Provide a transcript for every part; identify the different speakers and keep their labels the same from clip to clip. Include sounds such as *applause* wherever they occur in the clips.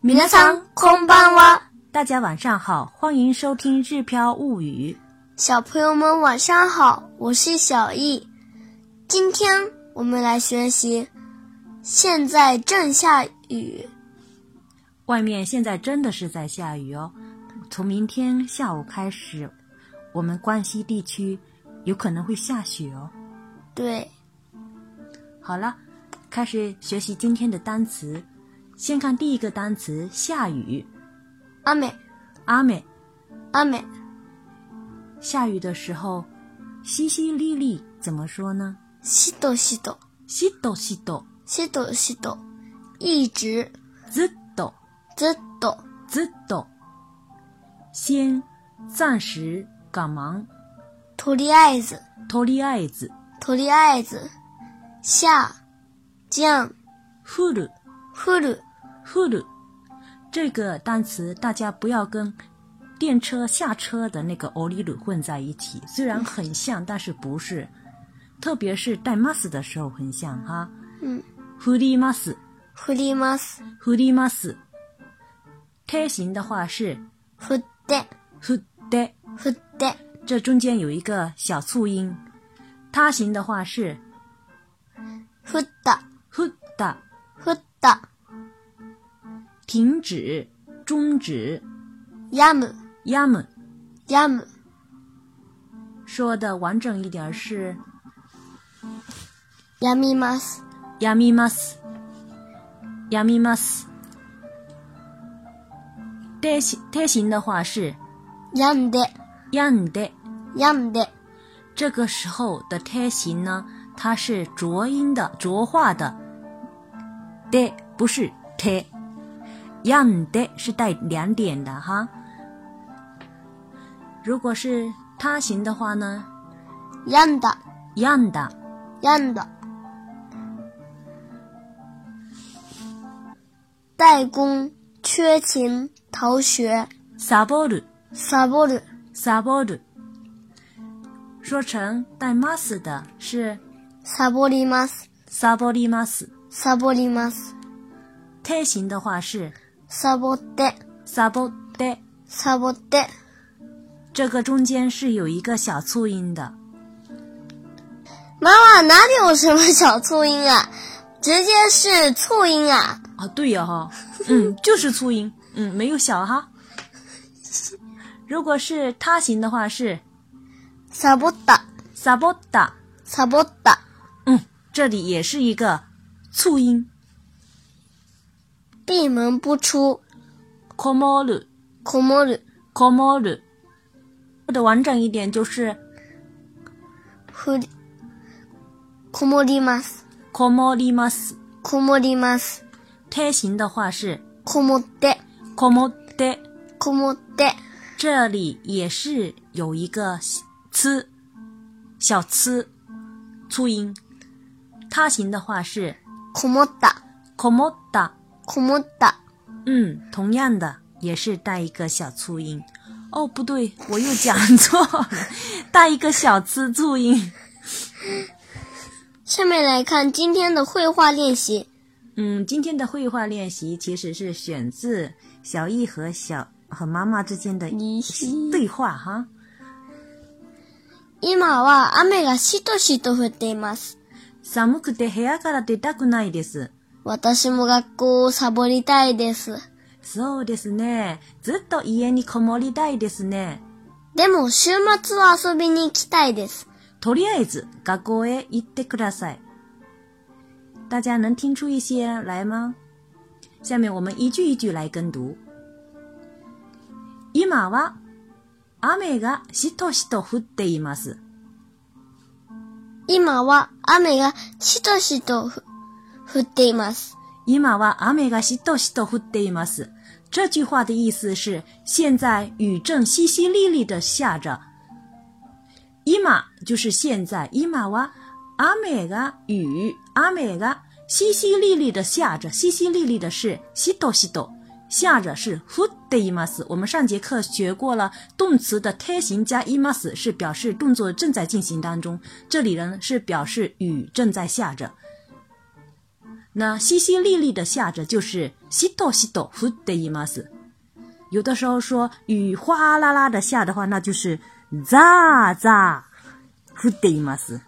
Speaker 1: 皆さんこんばんは。
Speaker 2: 大家晚上好，欢迎收听《日飘物语》。
Speaker 1: 小朋友们晚上好，我是小易。今天我们来学习，现在正下雨，
Speaker 2: 外面现在真的是在下雨哦，从明天下午开始，我们关西地区有可能会下雪哦。
Speaker 1: 对，
Speaker 2: 好了，开始学习今天的单词。先看第一个单词“下雨
Speaker 1: 雨”，
Speaker 2: 阿美，
Speaker 1: 雨
Speaker 2: 下雨的时候，淅淅沥沥怎么说呢？
Speaker 1: しとしと
Speaker 2: 西哆西哆，
Speaker 1: しとしと，一直
Speaker 2: ずっと
Speaker 1: ずっと
Speaker 2: ずっと。先，暂时，赶忙，
Speaker 1: とりあえず
Speaker 2: とりあえず，
Speaker 1: とりあえず下降
Speaker 2: 降る
Speaker 1: 降る
Speaker 2: 降る。这个单词大家不要跟电车下车的那个欧里鲁混在一起，虽然很像，但是不是。特别是带 mas 的时候很像哈。
Speaker 1: 嗯，
Speaker 2: 降ります。
Speaker 1: 降ります
Speaker 2: 降ります。贴形的话是
Speaker 1: 降って
Speaker 2: 降って，
Speaker 1: 降って
Speaker 2: 这中间有一个小促音。他形的话是
Speaker 1: 降った
Speaker 2: 降った。
Speaker 1: 降った
Speaker 2: 停止、终止、
Speaker 1: やむ
Speaker 2: やむ。
Speaker 1: やむ
Speaker 2: 说的完整一点是
Speaker 1: やみます
Speaker 2: やみます。やみます。贴形贴形的话是
Speaker 1: やんで
Speaker 2: やんで。
Speaker 1: やんで
Speaker 2: 这个时候的贴形呢，它是浊音的、浊化的，で不是贴。やんで是带两点的哈。如果是他形的话呢，
Speaker 1: やんだ
Speaker 2: やんだ。
Speaker 1: やんだ代工缺勤逃学
Speaker 2: サボる、
Speaker 1: サボる
Speaker 2: サボる。说成带 mas 的是
Speaker 1: サボります
Speaker 2: サボります。
Speaker 1: サボります
Speaker 2: 贴形的话是
Speaker 1: サボって
Speaker 2: サボって，
Speaker 1: サボって
Speaker 2: 这个中间是有一个小促音的。
Speaker 1: 妈妈哪里有什么小促音啊，直接是促音啊。
Speaker 2: 啊，对呀、哈，嗯，就是促音，嗯，没有小哈。如果是他形的话是
Speaker 1: サボった、
Speaker 2: サボった，
Speaker 1: サボった、
Speaker 2: 嗯，这里也是一个促音。
Speaker 1: 闭门不出、
Speaker 2: こもる、
Speaker 1: こもる、
Speaker 2: こもる。说的完整一点就是
Speaker 1: ふり、こもります、
Speaker 2: こもります。
Speaker 1: こもります、
Speaker 2: 贴形的话是
Speaker 1: こもって、
Speaker 2: こもって，
Speaker 1: こもって、
Speaker 2: 这里也是有一个呲小呲促音。他形的话是
Speaker 1: こもった、
Speaker 2: こもった。
Speaker 1: こもった、
Speaker 2: 嗯，同样的也是带一个小促音。哦，不对，我又讲错了，带一个小呲促音。
Speaker 1: 下面来看今天的绘画练习。
Speaker 2: 嗯，今天的绘画练习其实是选自小易和小和妈妈之间的对话哈。
Speaker 1: 今は雨がしとしと降っています。
Speaker 2: 寒くて部屋から出たくないです。
Speaker 1: 私も学校をサボりたいです。
Speaker 2: そうですね。ずっと家にこもりたいですね。
Speaker 1: でも週末は遊びに行きたいです。
Speaker 2: とりあえず学校へ行ってください。大家能听出一些来吗？下面我们一句一句来跟读。今は雨がしとしと降っています。
Speaker 1: 今は雨がしとしとふ降っています。
Speaker 2: 今は雨がしとしと降っています。这句话的意思是现在雨正淅淅沥沥的下着。今就是现在，今は雨が雨，雨が淅淅沥沥的下着。淅淅沥沥的是しとしと，下着是降っています。我们上节课学过了，动词的贴形加います是表示动作正在进行当中，这里呢是表示雨正在下着。那淅淅沥沥的下着就是西透西透降っています。有的时候说雨哗啦啦的下的话，那就是ザーザー降っています。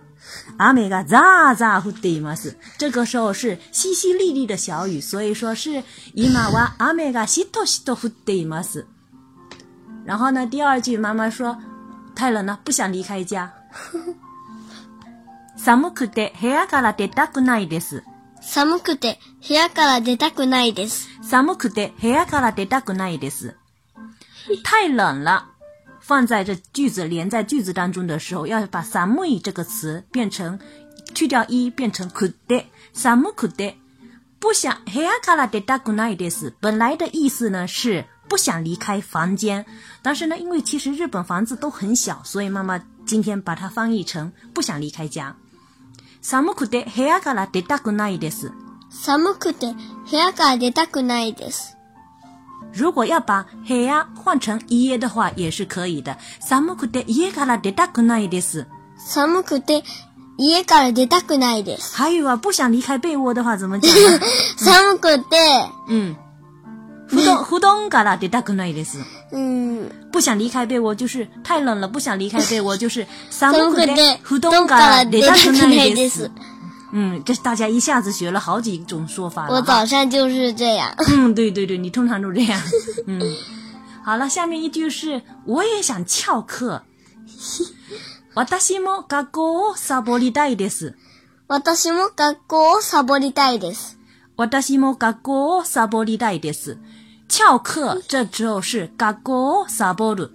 Speaker 2: 雨がザーザー降っています。这个时候是淅淅沥沥的小雨，所以说是今は雨がしとしと降っています。然后呢，第二句妈妈说太冷了，不想离开家。 *laughs* 寒くて部屋から出たくないです。
Speaker 1: 寒くて部屋から出たくないです。
Speaker 2: 寒くて部屋から出たくないです。太冷了，放在这句子连在句子当中的时候，要把“寒い”这个词变成去掉一，变成くで。寒くて不想部屋から出たくないです。本来的意思呢是不想离开房间，但是呢，因为其实日本房子都很小，所以妈妈今天把它翻译成不想离开家。寒くて部屋から出たくないです。
Speaker 1: 寒くて部屋から出たくないです。
Speaker 2: 如果要把部屋换成家的话，也是可以的。寒くて家から出たくないです。
Speaker 1: 寒くて家から出たくないです。
Speaker 2: 还有啊，不想离开被窝的话怎么讲
Speaker 1: *laughs*
Speaker 2: 呢？
Speaker 1: 寒くて、
Speaker 2: 嗯，布団布団から出たくないです。
Speaker 1: うん、
Speaker 2: 不想离开被窝就是太冷了，不想离开被窝就是寒
Speaker 1: 寒
Speaker 2: く
Speaker 1: くて
Speaker 2: て布
Speaker 1: 布
Speaker 2: 団
Speaker 1: 団
Speaker 2: から
Speaker 1: から出
Speaker 2: 出
Speaker 1: た
Speaker 2: た
Speaker 1: く
Speaker 2: く
Speaker 1: な
Speaker 2: ないい
Speaker 1: で
Speaker 2: です
Speaker 1: す。。
Speaker 2: 嗯，这是大家一下子学了好几种说法了
Speaker 1: 我
Speaker 2: 哈。
Speaker 1: 早上就是这样。
Speaker 2: 嗯，对对对，你通常都这样。嗯，好了，下面一句是我也想翘课。 *laughs* 私も学校をサボりたいです。
Speaker 1: 私も学校をサボりたいです。
Speaker 2: 私も学校をサボりたいです。翘课，这之后是学校をサボる。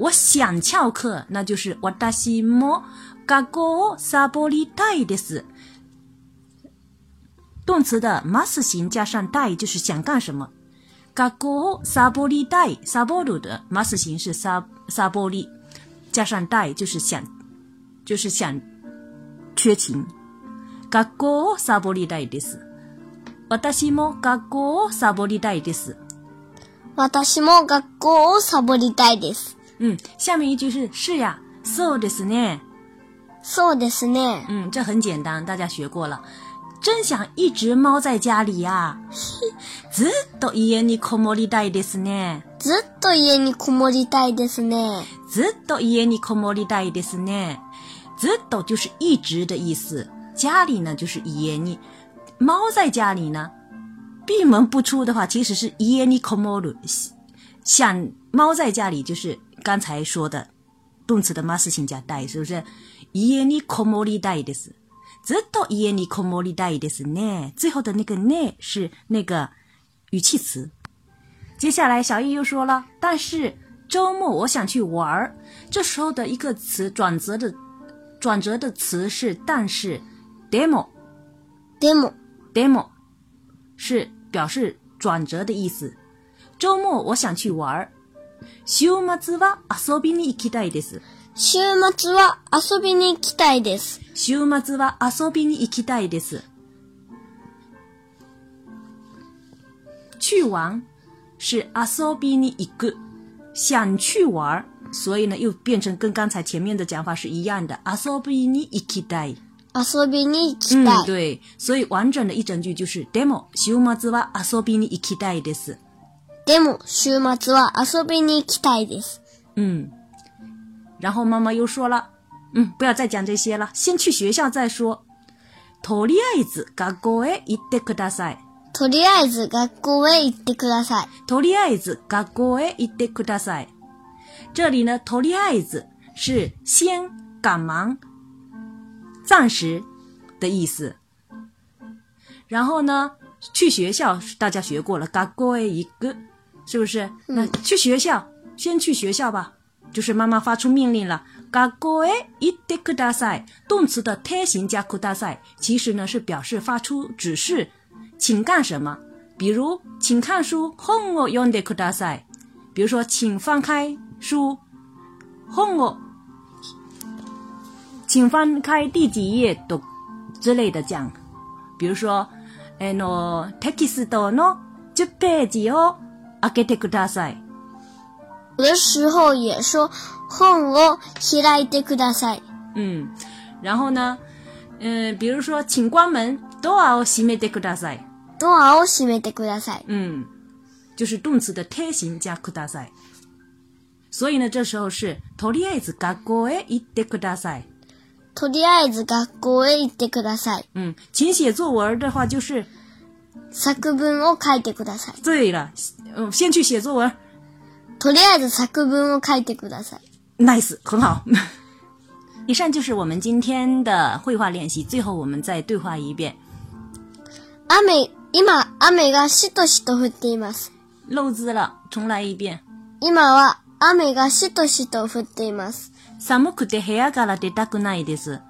Speaker 2: 我想翘课，那就是私も学校をサボりたいです。动词的 must 形加上たい就是想干什么。学校をサボりたい，サボる的 must 形是ササボり，加上たい就是想，就是想缺勤。学校をサボりたいです。私も学校をサボりたいです。
Speaker 1: 私も学校をサボりたいです。
Speaker 2: 嗯，下面一句是是呀，そうですね。
Speaker 1: そうですね。
Speaker 2: 嗯，这很简单，大家学过了。真想一直猫在家里呀、 *laughs* ずっと家にこもりたいですね。
Speaker 1: ずっと家にこもりたいですね。
Speaker 2: ずっと家にこもりたいですね。ずっと就是一直的意思，家里呢就是家に，猫在家里呢，闭门不出的话，其实是家にこもる。想猫在家里就是刚才说的动词的 must 形加代，是不是？家にこもりたいです。ずっと家にこもりたいですね。最后的那个ね是那个语气词。接下来，小易又说了，但是周末我想去玩儿。这时候的一个词转折的转折的词是但是，demo
Speaker 1: でも、
Speaker 2: demo 是表示转折的意思。周末我想去玩儿。週末は遊びに行きたいです。
Speaker 1: 週末は遊びに行きたいです。
Speaker 2: 週末は遊びに行きたいです。去玩是遊びに行く，想去玩，所以呢又变成跟刚才前面的讲法是一样的，遊びに行きたい。
Speaker 1: 遊びに行き
Speaker 2: 嗯
Speaker 1: た，い。
Speaker 2: 对，所以完整的一整句就是，demo 週末は遊びに行きたいです。
Speaker 1: でも、週末は遊びに行きたいです。
Speaker 2: 嗯，然后妈妈又说了，嗯，不要再讲这些了，先去学校再说。とりあえず学校へ行ってください。
Speaker 1: とりあえず学校へ行ってください。
Speaker 2: とりあえず学校へ行ってください。这里呢，とりあえず是先赶忙、暂时的意思。然后呢，去学校大家学过了，学校へ行く，是不是？那去学校，先去学校吧。就是妈妈发出命令了，学校へ行ってください。动词的贴形加ください，其实呢是表示发出指示，请干什么。比如，请看书，本を読んでください。比如说，请翻开书，本を，请翻开第几页と之类的讲。比如说，あのテキストの10ページを開けてください。
Speaker 1: 有的时候也说、本を開いてください。
Speaker 2: 嗯，然后呢，嗯、比如说，请关门，ドアを閉めてください。
Speaker 1: ドアを閉めてください。
Speaker 2: 嗯，就是动词的贴形加ください。所以呢，这时候是とりあえず学校へ行ってください。
Speaker 1: とりあえず学校へ行ってください。
Speaker 2: 嗯，请写作文的话就是
Speaker 1: 作文を書いてください。
Speaker 2: 对了，嗯，先去写作文
Speaker 1: とりあえず作文を書いてください。
Speaker 2: ，nice，很好。 *laughs* 以上就是我们今天的绘画练习。最后，我们再对话一遍。
Speaker 1: 雨、今、雨がしとしと降っています。
Speaker 2: 漏字了，重来一遍。
Speaker 1: 今は雨がしとしと降っています。
Speaker 2: 寒くて部屋から出たくないです。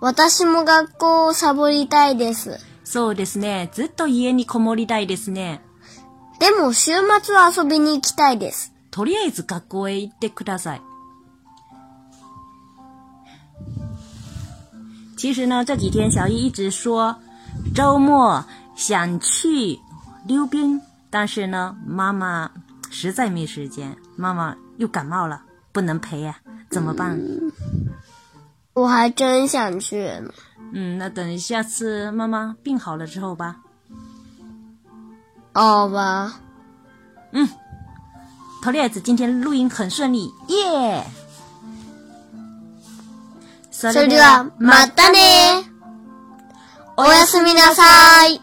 Speaker 1: 私も学校をサボりたいです。
Speaker 2: そうですね。ずっと家にこもりたいですね。
Speaker 1: でも週末は遊びに行きたいです。
Speaker 2: とりあえず学校へ行ってください。其实呢，这几天小易一直说周末想去溜冰，但是呢，妈妈实在没时间，妈妈又感冒了，不能陪呀、怎么办？
Speaker 1: 我还真想去呢。
Speaker 2: 嗯，那等下次妈妈病好了之后吧。
Speaker 1: 好吧。
Speaker 2: 头列子今天录音很顺利，耶！そ
Speaker 1: それでは、またねおやすみなさい